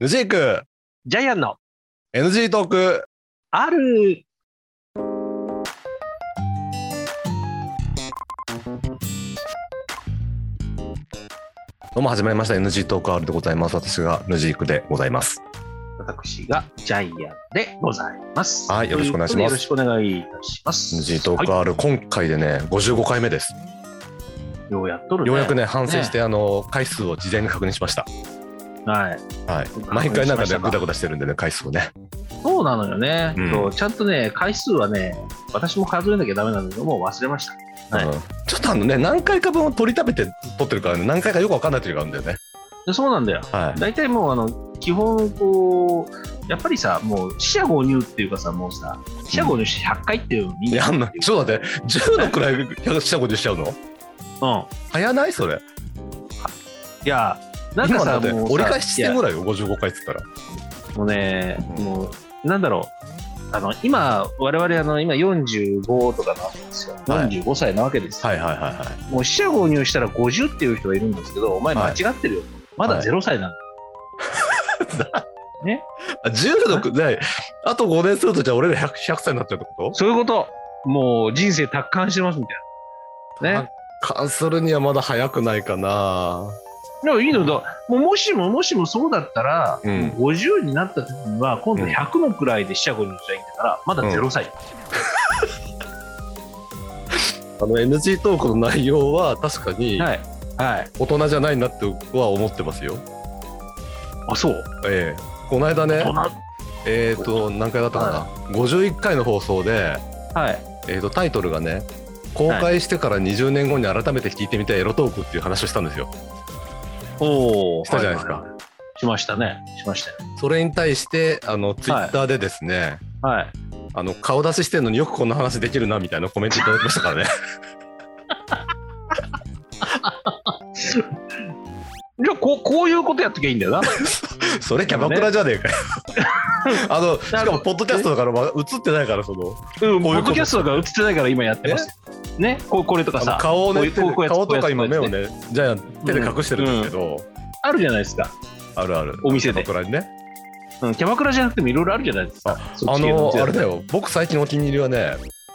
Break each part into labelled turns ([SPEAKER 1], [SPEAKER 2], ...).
[SPEAKER 1] ヌジーク
[SPEAKER 2] ジャイアンの
[SPEAKER 1] NG トーク
[SPEAKER 2] ある
[SPEAKER 1] どうも始まりました NG トーク R でございます私がヌジークでございます
[SPEAKER 2] 私がジャイアンでございます。
[SPEAKER 1] はいよろしくお願いします
[SPEAKER 2] とうことでよろしくお願いいたします。
[SPEAKER 1] NG トーク
[SPEAKER 2] は
[SPEAKER 1] R、今回でね55回目です
[SPEAKER 2] いようやっとるね。
[SPEAKER 1] ようやくね反省して、あの回数を事前に確認しました
[SPEAKER 2] はい。
[SPEAKER 1] はい
[SPEAKER 2] 確認しましたか
[SPEAKER 1] 毎回なんかねグダグダしてるんでね回数をね
[SPEAKER 2] そうなのよね、
[SPEAKER 1] うん
[SPEAKER 2] そうちゃんとね、回数はね、私も数えなきゃダメなんだけど、もう忘れました。はい
[SPEAKER 1] うんちょっとあのね何回か分を取り食べて取ってるからね何回かよくわかんない時があるんだよね
[SPEAKER 2] でそうなんだよ。
[SPEAKER 1] はい
[SPEAKER 2] 大体もう、あの、基本、こう、やっぱりさ、もう、死者購入っていうかさ、もうさ、死者購入して100回っていうのに、
[SPEAKER 1] いやあんのちょっと待って
[SPEAKER 2] て。
[SPEAKER 1] 10のくらい100したことしちゃうの
[SPEAKER 2] うん。
[SPEAKER 1] 早ないそれ
[SPEAKER 2] いや、なんか
[SPEAKER 1] 今だ
[SPEAKER 2] さ、
[SPEAKER 1] って
[SPEAKER 2] もうさ
[SPEAKER 1] 折り返し地点ぐ
[SPEAKER 2] い
[SPEAKER 1] らいよ55回っつったら
[SPEAKER 2] やもうね、
[SPEAKER 1] うん
[SPEAKER 2] もう、なんだろう。あの今、我々あの今45とかなわけですよ、
[SPEAKER 1] はい
[SPEAKER 2] 45歳なわけですよ、
[SPEAKER 1] はいはいはいはい
[SPEAKER 2] もう死者購入したら50っていう人がいるんですけど、お前間違ってるよ、まだ
[SPEAKER 1] はい
[SPEAKER 2] 0歳なんだ、 ね
[SPEAKER 1] あ10のくらいあと5年するとじゃあ俺ら 100, 100歳になっちゃうってこと
[SPEAKER 2] そういうこと、もう人生達観してますみたいな、ね、
[SPEAKER 1] 達観するにはまだ早くないかな
[SPEAKER 2] でもいいのだ、もうもしももしもそうだったら、
[SPEAKER 1] うん
[SPEAKER 2] もう50になった時には、今度100のくらいで死者購入したらいいんだから、まだ0歳、
[SPEAKER 1] あの NG トークの内容は確かに
[SPEAKER 2] はい、はい、
[SPEAKER 1] 大人じゃないなって僕は思ってますよ、
[SPEAKER 2] あ、そう、
[SPEAKER 1] ええこの間ね
[SPEAKER 2] 大人
[SPEAKER 1] えっ、と何回だったかな、
[SPEAKER 2] は
[SPEAKER 1] 51回の放送で、
[SPEAKER 2] はい、
[SPEAKER 1] えー、とタイトルがね公開してから20年後に改めて聞いてみたいエロトークっていう話をしたんですよ
[SPEAKER 2] おお
[SPEAKER 1] したじゃないですか
[SPEAKER 2] しましたねしましたよ
[SPEAKER 1] それに対してあのツイッターでですね、
[SPEAKER 2] はい
[SPEAKER 1] あの顔出ししてんのによくこんな話できるなみたいなコメントいただきましたからね
[SPEAKER 2] じゃあこうこういうことやっときゃいいんだよな
[SPEAKER 1] それキャバクラじゃねえ かよあのし
[SPEAKER 2] なる
[SPEAKER 1] かも
[SPEAKER 2] ほど
[SPEAKER 1] ポッドキャストだからまあ映ってないからその
[SPEAKER 2] うん
[SPEAKER 1] こ
[SPEAKER 2] ポ
[SPEAKER 1] ういうこと
[SPEAKER 2] ッドキャストだから映ってないから今やってますねこうこれとか
[SPEAKER 1] あの
[SPEAKER 2] さ
[SPEAKER 1] 顔をね手
[SPEAKER 2] こう
[SPEAKER 1] で
[SPEAKER 2] いうこういうやつ
[SPEAKER 1] 顔と
[SPEAKER 2] こ
[SPEAKER 1] か
[SPEAKER 2] ういう
[SPEAKER 1] 今
[SPEAKER 2] やつ
[SPEAKER 1] 目をねジャイアン手で隠してるんですけど、
[SPEAKER 2] あるじゃないですか、
[SPEAKER 1] あるある
[SPEAKER 2] お店で
[SPEAKER 1] キャバクラにね
[SPEAKER 2] うん、キャバクラじゃなくてもいろいろあるじゃないですかそっ
[SPEAKER 1] あ
[SPEAKER 2] ち系
[SPEAKER 1] の
[SPEAKER 2] 店
[SPEAKER 1] あれだよ僕最近のお気に入りはね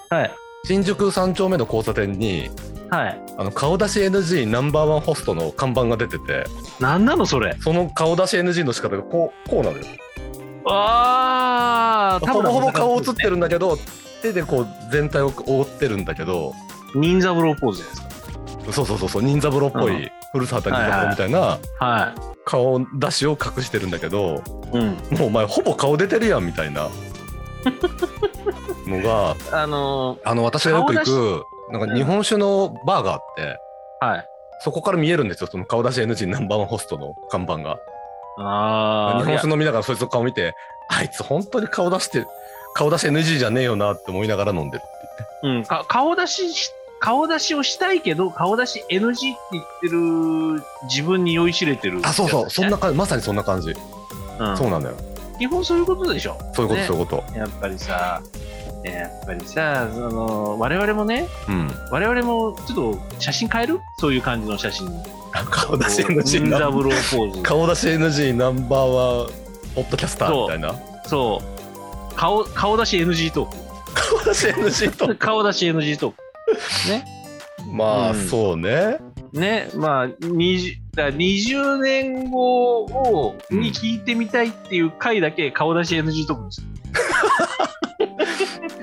[SPEAKER 2] はい
[SPEAKER 1] 新宿三丁目の交差点に
[SPEAKER 2] はい
[SPEAKER 1] あの顔出し NG ナンバーワンホストの看板が出てて
[SPEAKER 2] なんなのそれ
[SPEAKER 1] その顔出し NG の仕方がこうこうなのよ
[SPEAKER 2] ああ
[SPEAKER 1] ほぼほぼ顔映ってるんだけど手でこう全体を覆ってるんだけど
[SPEAKER 2] 忍三郎ポーズじゃないです
[SPEAKER 1] そうそうそうそう忍三郎っぽ
[SPEAKER 2] う
[SPEAKER 1] い古畑任三郎みたいな
[SPEAKER 2] かは
[SPEAKER 1] 顔出しを隠してるんだけど
[SPEAKER 2] いうん
[SPEAKER 1] もうお前ほぼ顔出てるやんみたいなのが
[SPEAKER 2] あの
[SPEAKER 1] あの私がよく行くなん
[SPEAKER 2] う
[SPEAKER 1] か
[SPEAKER 2] ん
[SPEAKER 1] 日本酒のバーがあって
[SPEAKER 2] ーはい
[SPEAKER 1] そこから見えるんですよその顔出し NG ナンバーワンホストの看板が
[SPEAKER 2] ああ
[SPEAKER 1] 日本酒飲みながらそいつの顔見てあいつ本当に顔出して顔出し NG じゃねえよなって思いながら飲んでる
[SPEAKER 2] うん、か顔出しし、顔出しをしたいけど、顔出し NG って言ってる自分に酔いしれてる、
[SPEAKER 1] あそうそうそんな、感じまさにそんな感じ、
[SPEAKER 2] うん
[SPEAKER 1] そうなんだよ
[SPEAKER 2] 基本そういうことでしょ。
[SPEAKER 1] そういうこと、
[SPEAKER 2] ね
[SPEAKER 1] そういうこと
[SPEAKER 2] やっぱりさ、ねやっぱりさ、その、我々もね、
[SPEAKER 1] うん
[SPEAKER 2] 我々もちょっと写真変えるそういう感じの写真。
[SPEAKER 1] 顔出し
[SPEAKER 2] こう
[SPEAKER 1] NG
[SPEAKER 2] 忍
[SPEAKER 1] ナ
[SPEAKER 2] 三郎
[SPEAKER 1] ン
[SPEAKER 2] ポーズ。
[SPEAKER 1] 顔出し NG ナンバーワンポッドキャスターみたいな
[SPEAKER 2] そう。顔、顔出し NG ト
[SPEAKER 1] 顔出し NG
[SPEAKER 2] ー
[SPEAKER 1] と
[SPEAKER 2] ク。顔出し NG トー
[SPEAKER 1] まあ、
[SPEAKER 2] うん
[SPEAKER 1] そうね
[SPEAKER 2] ク。ね、まあ、20, だから20年後を、に聞いてみたいっていう回だけ顔出し NG トークにした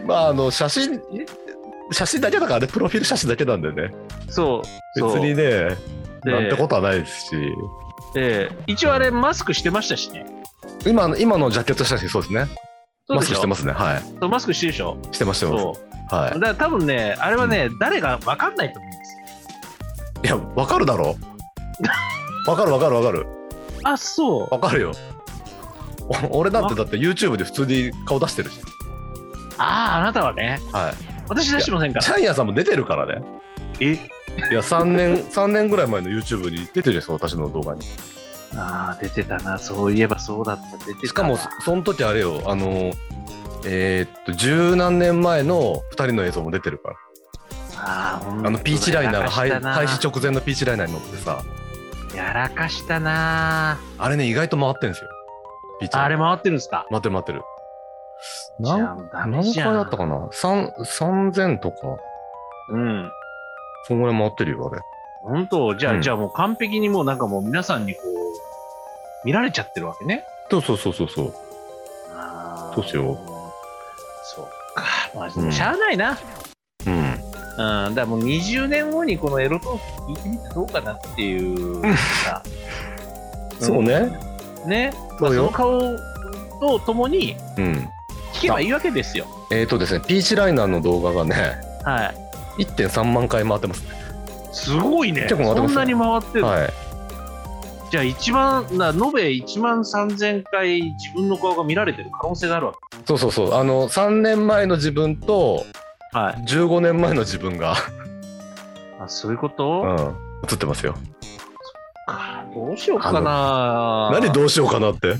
[SPEAKER 1] まああの写真写真だけだからねプロフィール写真だけなんでね
[SPEAKER 2] そう。
[SPEAKER 1] 別
[SPEAKER 2] そう
[SPEAKER 1] にね
[SPEAKER 2] で
[SPEAKER 1] なんてことはないですし
[SPEAKER 2] ええ一応あれ、マスクしてましたしね。
[SPEAKER 1] 今の今のジャケット写真そうですね
[SPEAKER 2] そう
[SPEAKER 1] マ
[SPEAKER 2] で
[SPEAKER 1] スク
[SPEAKER 2] ょ
[SPEAKER 1] してますねはい
[SPEAKER 2] そうマスクしてるでしょ。
[SPEAKER 1] してましたよ
[SPEAKER 2] そう。
[SPEAKER 1] は
[SPEAKER 2] だから多分ね、あれはね、誰が分かんないと思うんですよ。
[SPEAKER 1] いいやわかるだろわかるわかるわかる
[SPEAKER 2] あ、そ
[SPEAKER 1] わかるよお俺だってだって YouTube で普通に顔出してるし
[SPEAKER 2] う。ああ、あなたはね。
[SPEAKER 1] はい
[SPEAKER 2] 私出してませんか
[SPEAKER 1] チャイアンさんも出てるからね
[SPEAKER 2] ら。え
[SPEAKER 1] いや3年三年ぐらい前の YouTube に出てるですよ私の動画に
[SPEAKER 2] ああ、出てたな。そういえばそうだった。出てたな。
[SPEAKER 1] しかもそその時あれよあのえーっと十何年前の2人の映像も出てるから
[SPEAKER 2] あー、ほんと
[SPEAKER 1] あのピーチライナーが廃
[SPEAKER 2] やらかしたな
[SPEAKER 1] 廃止直前のピーチライナーに乗ってさ
[SPEAKER 2] やらかしたな。
[SPEAKER 1] あれね意外と回ってんですよピーチャー。
[SPEAKER 2] あれ回ってるんですか
[SPEAKER 1] 待ってる待ってる。なん
[SPEAKER 2] じゃあダメ
[SPEAKER 1] 何
[SPEAKER 2] じ
[SPEAKER 1] 回
[SPEAKER 2] ゃん
[SPEAKER 1] だったかな三三千とか、
[SPEAKER 2] うん。
[SPEAKER 1] そんぐらい回ってるよ、あれ。
[SPEAKER 2] 本当じゃあ、
[SPEAKER 1] うん
[SPEAKER 2] じゃあもう完璧にもうなんかもう皆さんにこう、見られちゃってるわけね。
[SPEAKER 1] そうそうそうそうそう。
[SPEAKER 2] あー
[SPEAKER 1] そうっすよ。
[SPEAKER 2] そっか。ま
[SPEAKER 1] う
[SPEAKER 2] あ、
[SPEAKER 1] ん
[SPEAKER 2] しゃあないな。
[SPEAKER 1] うん。
[SPEAKER 2] うん。だからもう20年後にこのエロトーク聞いてみてどうかなっていう さ。
[SPEAKER 1] そうね。
[SPEAKER 2] うん。ね。
[SPEAKER 1] そ
[SPEAKER 2] まあ、そうの
[SPEAKER 1] よ。
[SPEAKER 2] 顔とともに
[SPEAKER 1] うん。
[SPEAKER 2] 聞けばいいわけですよ。
[SPEAKER 1] えっ、ー、とですね、ピーチライナーの動画がね、
[SPEAKER 2] はい。
[SPEAKER 1] 1.3万回回ってます。
[SPEAKER 2] すごいね。
[SPEAKER 1] 結構回って
[SPEAKER 2] そ
[SPEAKER 1] ます
[SPEAKER 2] ん
[SPEAKER 1] ね
[SPEAKER 2] なに回ってる。
[SPEAKER 1] はい。
[SPEAKER 2] じゃあ一番、な延べ1万3000回自分の顔が見られてる可能性があるわけ。
[SPEAKER 1] そうそうそう。あの、3年前の自分と、
[SPEAKER 2] はい。
[SPEAKER 1] 15年前の自分が、
[SPEAKER 2] あ、そういうこと、
[SPEAKER 1] うん、映ってますよ。
[SPEAKER 2] かどうしようかな
[SPEAKER 1] 何どうしようかなって。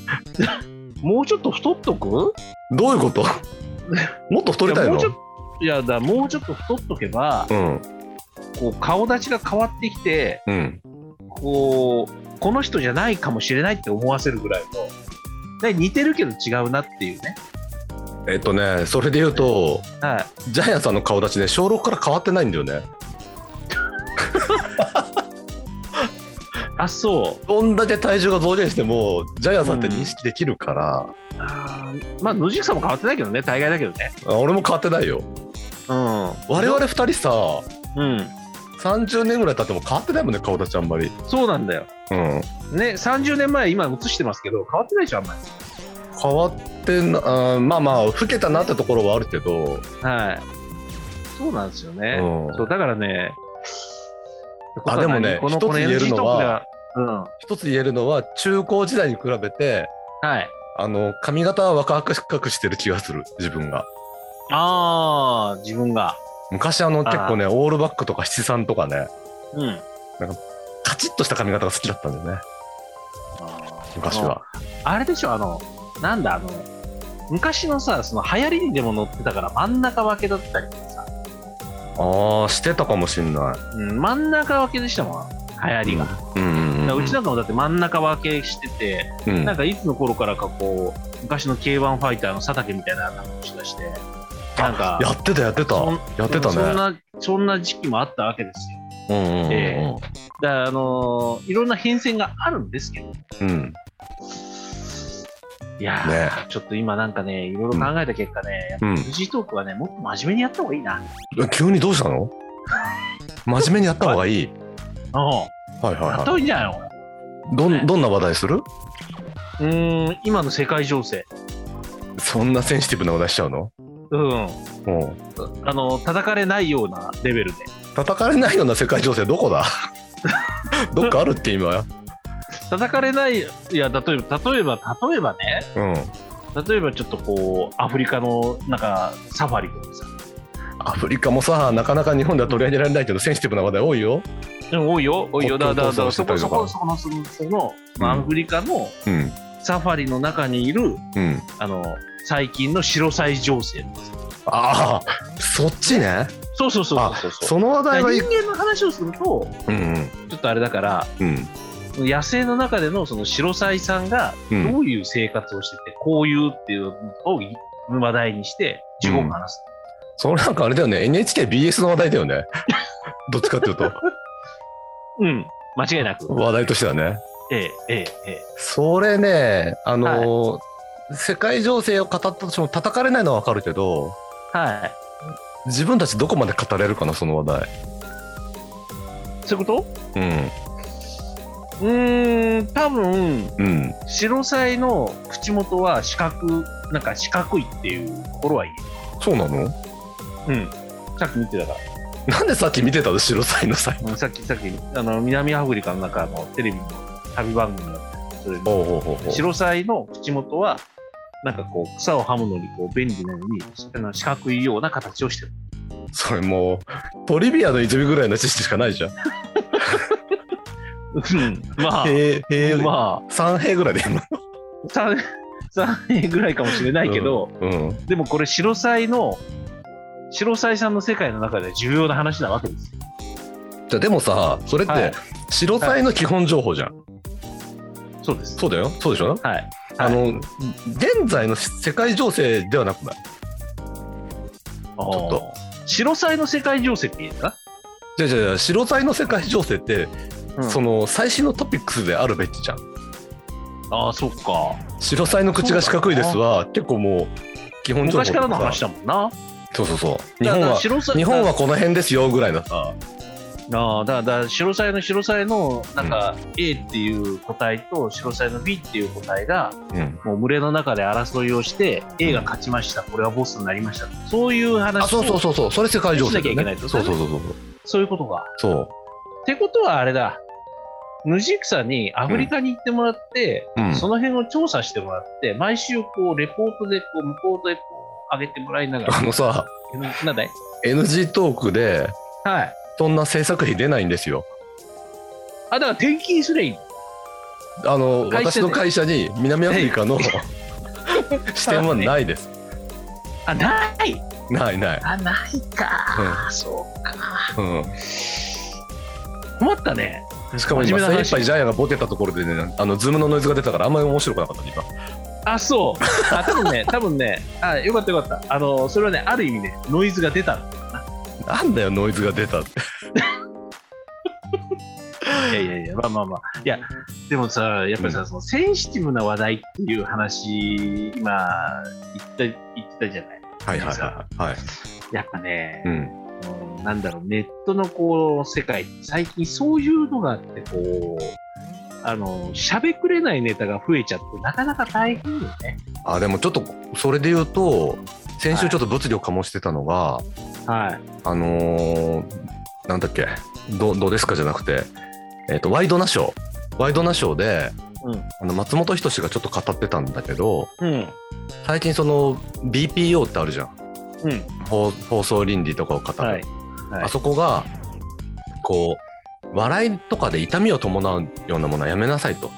[SPEAKER 2] もうちょっと太っとく
[SPEAKER 1] どういうこと もっと太りたい
[SPEAKER 2] や
[SPEAKER 1] の
[SPEAKER 2] もうちょっといやだもうちょっと太っとけば
[SPEAKER 1] うん。
[SPEAKER 2] こう顔立ちが変わってきて
[SPEAKER 1] うん。
[SPEAKER 2] こうこの人じゃないかもしれないって思わせるぐらいので似てるけど違うなっていうね
[SPEAKER 1] えっとね、それで言うと、
[SPEAKER 2] はい
[SPEAKER 1] ジャイアンさんの顔立ちね、小6から変わってないんだよね。
[SPEAKER 2] あそう
[SPEAKER 1] どんだけ体重が増減しても、ジャイアンさんって認識できるから、
[SPEAKER 2] あーまあ野宿さんも変わってないけどね大概だけどね
[SPEAKER 1] あ俺も変わってないよ。
[SPEAKER 2] うん
[SPEAKER 1] 我々二人さ、
[SPEAKER 2] うん
[SPEAKER 1] 30年ぐらい経っても変わってないもんね、顔立ちあんまり。
[SPEAKER 2] そうなんだよ
[SPEAKER 1] うん。
[SPEAKER 2] ね30年前今映してますけど変わってないでしょあんま
[SPEAKER 1] 変わってな、あーまあまあ、老けたなってところはあるけど、
[SPEAKER 2] りはいそうなんですよね、
[SPEAKER 1] うん
[SPEAKER 2] そうだからね。
[SPEAKER 1] あでもね
[SPEAKER 2] この
[SPEAKER 1] 一つ
[SPEAKER 2] この
[SPEAKER 1] 言えるのは
[SPEAKER 2] NG トークでは
[SPEAKER 1] 一つ言えるのは、中高時代に比べて、
[SPEAKER 2] うん、はい。
[SPEAKER 1] あの、髪型は若々してる気がする、自分が。
[SPEAKER 2] ああ、自分が。
[SPEAKER 1] 昔あの、結構ね、オールバックとか七三とかね、
[SPEAKER 2] うん。
[SPEAKER 1] カチッとした髪型が好きだったんだよね、昔は。
[SPEAKER 2] あの。あれでしょ、あの、なんだ、あの、昔のさ、その流行りにでも乗ってたから真ん中分けだったりとかさ、
[SPEAKER 1] ああ、してたかもしんない。
[SPEAKER 2] うん、真ん中分けでしたもん、流行りが。だか
[SPEAKER 1] うんうんうん
[SPEAKER 2] らうちなんかもだって真ん中分けしてて、
[SPEAKER 1] うん
[SPEAKER 2] なんかいつの頃からかこう、昔の K1 ファイターの佐竹みたいな格好しだして、なんか、
[SPEAKER 1] やってたやってた
[SPEAKER 2] そん
[SPEAKER 1] やってた
[SPEAKER 2] そん
[SPEAKER 1] ね。
[SPEAKER 2] な、そんな時期もあったわけですよ。
[SPEAKER 1] うんうんうんうん
[SPEAKER 2] えだからあのーいろんな変遷があるんですけど、
[SPEAKER 1] うん
[SPEAKER 2] いやー、
[SPEAKER 1] ね
[SPEAKER 2] ちょっと今なんかね、いろいろ考えた結果ね、
[SPEAKER 1] うん
[SPEAKER 2] フジトークはね、もっと真面目にやった方がいいな。
[SPEAKER 1] え急にどうした の？真面目にやった方がいい。
[SPEAKER 2] う
[SPEAKER 1] はいは
[SPEAKER 2] ん。やった
[SPEAKER 1] い
[SPEAKER 2] 方
[SPEAKER 1] は
[SPEAKER 2] がいいんじゃないの
[SPEAKER 1] い。どんどんな話題する？
[SPEAKER 2] うーん、今の世界情勢。
[SPEAKER 1] そんなセンシティブな話題しちゃうの？
[SPEAKER 2] うん。
[SPEAKER 1] もう
[SPEAKER 2] あの、叩かれないようなレベルで。
[SPEAKER 1] 叩かれないような世界情勢どこだ？ どっかあるって今。
[SPEAKER 2] 叩かれない、いや、例えば、例えば、例えばね、
[SPEAKER 1] うん。
[SPEAKER 2] 例えばちょっとこう、アフリカの、なんか、サファリとかさ、
[SPEAKER 1] アフリカもさなかなか日本では取り上げられないけどセンシティブな話題多いよ。
[SPEAKER 2] うん、多いよ、多いよ、だだだ
[SPEAKER 1] 国境闘争し
[SPEAKER 2] そ
[SPEAKER 1] てた
[SPEAKER 2] こ、
[SPEAKER 1] り
[SPEAKER 2] そ
[SPEAKER 1] と
[SPEAKER 2] こ、
[SPEAKER 1] か
[SPEAKER 2] そこの、その、その、まあ
[SPEAKER 1] うん
[SPEAKER 2] アフリカの
[SPEAKER 1] うん
[SPEAKER 2] サファリの中にいる、
[SPEAKER 1] うん。
[SPEAKER 2] あの、最近の白菜情勢。
[SPEAKER 1] ああそっちね。
[SPEAKER 2] そうそうそうそうそう。
[SPEAKER 1] その話
[SPEAKER 2] だ
[SPEAKER 1] 題
[SPEAKER 2] か
[SPEAKER 1] は
[SPEAKER 2] ら
[SPEAKER 1] いい
[SPEAKER 2] 人。間の話をすると、
[SPEAKER 1] うん
[SPEAKER 2] ちょっとあれだから、
[SPEAKER 1] うん
[SPEAKER 2] 野生の中でのその白菜さんが
[SPEAKER 1] う
[SPEAKER 2] ど
[SPEAKER 1] ん。
[SPEAKER 2] ういう生活をしてて、こういうっていうのを話題にして、15分話す。
[SPEAKER 1] それなんかあれだよね NHKBS の話題だよね。 どっちかっていうと
[SPEAKER 2] うん、間違いなく。
[SPEAKER 1] 話題としてはね。
[SPEAKER 2] ええ、ええ、ええ。
[SPEAKER 1] それね、あのー世界情勢を語ったとしても叩かれないのはわかるけど、
[SPEAKER 2] はい。
[SPEAKER 1] 自分たちどこまで語れるかな、その話
[SPEAKER 2] そういうこ
[SPEAKER 1] 題。
[SPEAKER 2] とうーん、多
[SPEAKER 1] う
[SPEAKER 2] 分、
[SPEAKER 1] ん。うん。
[SPEAKER 2] 白菜の口元は四角、なんか四角いっていうところはいい。
[SPEAKER 1] そうなの
[SPEAKER 2] うん。さっき見てたから
[SPEAKER 1] なんでさっき見てたの白菜の際。
[SPEAKER 2] うん。さっき、さっき、あの、南アフリカの中のテレビの旅番組だったんですそれで
[SPEAKER 1] おうおうおうおう
[SPEAKER 2] 白菜の口元は、なんかこう、草をはむのにこう便利なのに、あの四角いような形をしてる。
[SPEAKER 1] それもう、トリビアの泉ぐらいの知識しかないじゃん。
[SPEAKER 2] うんま あ、
[SPEAKER 1] へえ、へえ、ま
[SPEAKER 2] ま
[SPEAKER 1] 3平ぐらいで今。
[SPEAKER 2] あ、3、3円ぐらいかもしれないけど、
[SPEAKER 1] うん。
[SPEAKER 2] でもこれ白菜の、白菜さんの世界の中では重要な話なわけですよ。
[SPEAKER 1] じゃあでもさ、それっ
[SPEAKER 2] は
[SPEAKER 1] て
[SPEAKER 2] い、
[SPEAKER 1] 白菜の基本情報じゃん。
[SPEAKER 2] そうです。
[SPEAKER 1] そうだよ。そうでしょ
[SPEAKER 2] はい。
[SPEAKER 1] あの現在の世界情勢ではなくないょっと
[SPEAKER 2] 白菜の世界情勢っていいですか
[SPEAKER 1] じゃあじゃあじゃあ白菜の世界情勢って、
[SPEAKER 2] うん
[SPEAKER 1] その最新のトピックスであるべきじゃん
[SPEAKER 2] ああ、そっか。
[SPEAKER 1] 白菜の口が四角いですは結構もう基本情報
[SPEAKER 2] 昔
[SPEAKER 1] と
[SPEAKER 2] から
[SPEAKER 1] か
[SPEAKER 2] の話
[SPEAKER 1] さ
[SPEAKER 2] だもんな。
[SPEAKER 1] そうそうそう日
[SPEAKER 2] だ
[SPEAKER 1] 本
[SPEAKER 2] から
[SPEAKER 1] は
[SPEAKER 2] 白菜
[SPEAKER 1] 日本はこの辺ですよぐらいのさ
[SPEAKER 2] ああだだから白菜の白菜のなんか A っていう個体と白菜の B っていう個体が
[SPEAKER 1] うん
[SPEAKER 2] もう群れの中で争いをして A が勝ちました、これはボスになりましたそういう話
[SPEAKER 1] あそうそうそうそうそれ世界情勢だ
[SPEAKER 2] しなきゃいけ
[SPEAKER 1] よ
[SPEAKER 2] ない
[SPEAKER 1] ね
[SPEAKER 2] ってこ
[SPEAKER 1] そう
[SPEAKER 2] と
[SPEAKER 1] そうそ
[SPEAKER 2] ね
[SPEAKER 1] うそう
[SPEAKER 2] そういうことか
[SPEAKER 1] そう
[SPEAKER 2] ってことはあれだヌジークさんにアフリカに行ってもらって、
[SPEAKER 1] うん
[SPEAKER 2] その辺を調査してもらって毎週こうレポートでこう向こうでこう上げてもらいなが ら
[SPEAKER 1] あのさ
[SPEAKER 2] なんだい
[SPEAKER 1] NG トークで
[SPEAKER 2] はい
[SPEAKER 1] そんな制作費出ないんですよ
[SPEAKER 2] あだから転勤すりゃいい
[SPEAKER 1] あの
[SPEAKER 2] 会社
[SPEAKER 1] 私
[SPEAKER 2] で
[SPEAKER 1] の会社に南アフリカの 視点はないです
[SPEAKER 2] あない
[SPEAKER 1] ないない、
[SPEAKER 2] あないか、そうか
[SPEAKER 1] う
[SPEAKER 2] 困ったね
[SPEAKER 1] ん、しかも
[SPEAKER 2] 真
[SPEAKER 1] 今
[SPEAKER 2] 面目な
[SPEAKER 1] 精一
[SPEAKER 2] 話
[SPEAKER 1] 杯ジャイアンがボケたところでねあのズームのノイズが出たからあんまり面白くなかったね今
[SPEAKER 2] あそうあ多 分ね多分ねあよかったよかったあのそれはねある意味ねノイズが出たの
[SPEAKER 1] なんだよノイズが出たって
[SPEAKER 2] いやいやいやまあまあまあいやでもさやっぱりさ、そのセンシティブな話題っていう話今言った言ってたじゃない
[SPEAKER 1] はい
[SPEAKER 2] はい
[SPEAKER 1] いはい、
[SPEAKER 2] やっぱね
[SPEAKER 1] う、ん、
[SPEAKER 2] うんなんだろうネットのこう世界って最近そういうのがあってこうあのしゃべくれないネタが増えちゃってなかなか大変よね
[SPEAKER 1] あでもちょっとそれで言うと先週ちょっと物量醸してたのが、
[SPEAKER 2] はい
[SPEAKER 1] あのーなんだっけどどうですかじゃなくて、えっとワイドナショーワイドナショーで
[SPEAKER 2] うん
[SPEAKER 1] あの松本人志がちょっと語ってたんだけど
[SPEAKER 2] うん
[SPEAKER 1] 最近その BPO ってあるじゃん
[SPEAKER 2] うん
[SPEAKER 1] 放放送倫理とかを語る、
[SPEAKER 2] はいはい
[SPEAKER 1] あそこがこう笑いとかで痛みを伴うようなものはやめなさいと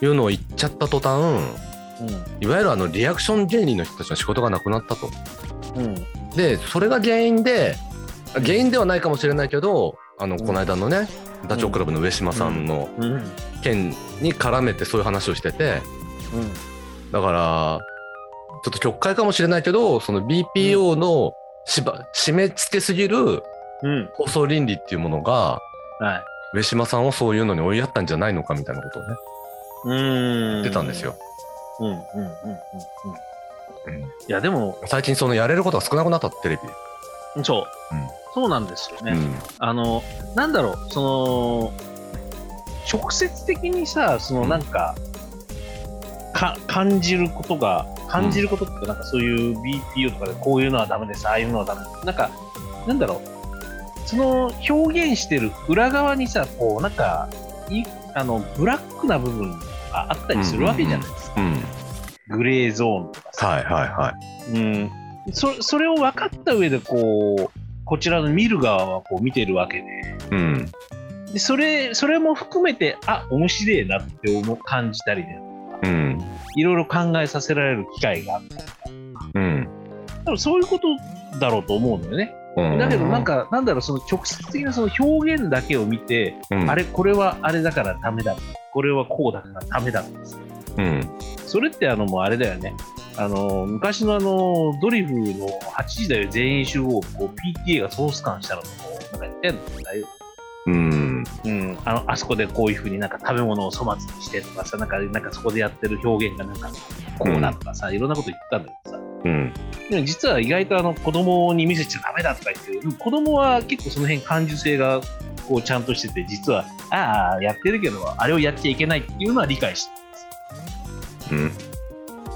[SPEAKER 1] いうのを言っちゃった途端いわゆるあのリアクション芸人の人たちの仕事がなくなったと。
[SPEAKER 2] うんうん
[SPEAKER 1] でそれが原因で原因ではないかもしれないけどあのこの間のね、ダチョウ倶楽部の上島さんの
[SPEAKER 2] うん
[SPEAKER 1] 件に絡めてそういう話をしてて
[SPEAKER 2] うん
[SPEAKER 1] だからちょっと曲解かもしれないけどその BPO のしば締め付けすぎる
[SPEAKER 2] うん。
[SPEAKER 1] 放送倫理っていうものが
[SPEAKER 2] はい。
[SPEAKER 1] 上島さんをそういうのに追いやったんじゃないのかみたいなことをね
[SPEAKER 2] うん
[SPEAKER 1] 言ってたんです。よ。
[SPEAKER 2] うんうんうんうんうん。
[SPEAKER 1] うん
[SPEAKER 2] いや、でも、
[SPEAKER 1] 最近そのやれることが少なくなったテレビ。
[SPEAKER 2] そう。
[SPEAKER 1] うん
[SPEAKER 2] そうなんですよね。
[SPEAKER 1] うん
[SPEAKER 2] あの、なんだろう、その、直接的にさ、その
[SPEAKER 1] うん
[SPEAKER 2] なんか、か感じることが、感じることってなんかそういう BPO とかでこういうのはダメです、ああいうのはダメです。なんか、なんだろう、その表現してる裏側にさ、こう、なんか、いあの、ブラックな部分があったりするわけじゃないですか。
[SPEAKER 1] うん
[SPEAKER 2] グレーゾーンとかさ、
[SPEAKER 1] はいはいは
[SPEAKER 2] うん、そそれを分かった上でこうこちらの見る側はこう見てるわ
[SPEAKER 1] い。
[SPEAKER 2] けで
[SPEAKER 1] うん
[SPEAKER 2] でそれそれも含めてあ面白いなって思う感じたりで
[SPEAKER 1] うん
[SPEAKER 2] いろいろ考えさせられる機会があって
[SPEAKER 1] うん
[SPEAKER 2] 多分そういうことだろうと思うんだよね
[SPEAKER 1] うん。
[SPEAKER 2] だけどなんかなんだろうその直接的なその表現だけを見て、
[SPEAKER 1] うん、
[SPEAKER 2] あれこれはあれだからダメだこれはこうだからダメだ
[SPEAKER 1] うん
[SPEAKER 2] それってあのもうあれだよね。あの昔のあのドリフの8時だよ全員集合をこう PTA がソース感したのとこうなんかやってんだよ、
[SPEAKER 1] うん
[SPEAKER 2] うん、あのあそこでこういうふうになんか食べ物を粗末にしてとかさなんかなんかそこでやってる表現がなんかこうだとかさ、いろんなこと言ってたんだけどさ
[SPEAKER 1] うん
[SPEAKER 2] でも実は意外とあの子供に見せちゃダメだとか言って子供は結構その辺感受性がこうちゃんとしてて実はああやってるけどあれをやっちゃいけないっていうのは理解して
[SPEAKER 1] うん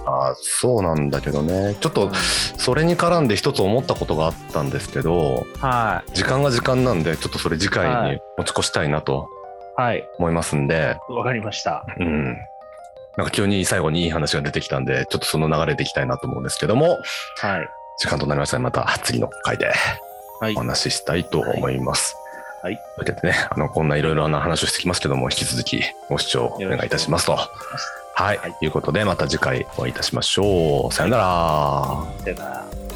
[SPEAKER 1] あーそうなんだけどねちょっ
[SPEAKER 2] る
[SPEAKER 1] とそれに絡んで一つ思ったことがあったんですけど
[SPEAKER 2] は
[SPEAKER 1] 時間が時間なんでちょっとそれ次回に持ち越したいなと
[SPEAKER 2] いはい
[SPEAKER 1] 思いますんで、
[SPEAKER 2] わかりました。
[SPEAKER 1] うんなんか急に最後にいい話が出てきたんでちょっとその流れでいきたいなと思うんですけども
[SPEAKER 2] はい。
[SPEAKER 1] 時間となりましたのでまた次の回で
[SPEAKER 2] はい
[SPEAKER 1] お。話ししたいと思います。
[SPEAKER 2] はいはい
[SPEAKER 1] というわけでね、あのこんないろいろな話をしてきますけども、引き続きご視聴お願いいたしますと。はい、
[SPEAKER 2] はい
[SPEAKER 1] ということで、また次回お会いいたしましょう。さよなら。
[SPEAKER 2] さよなら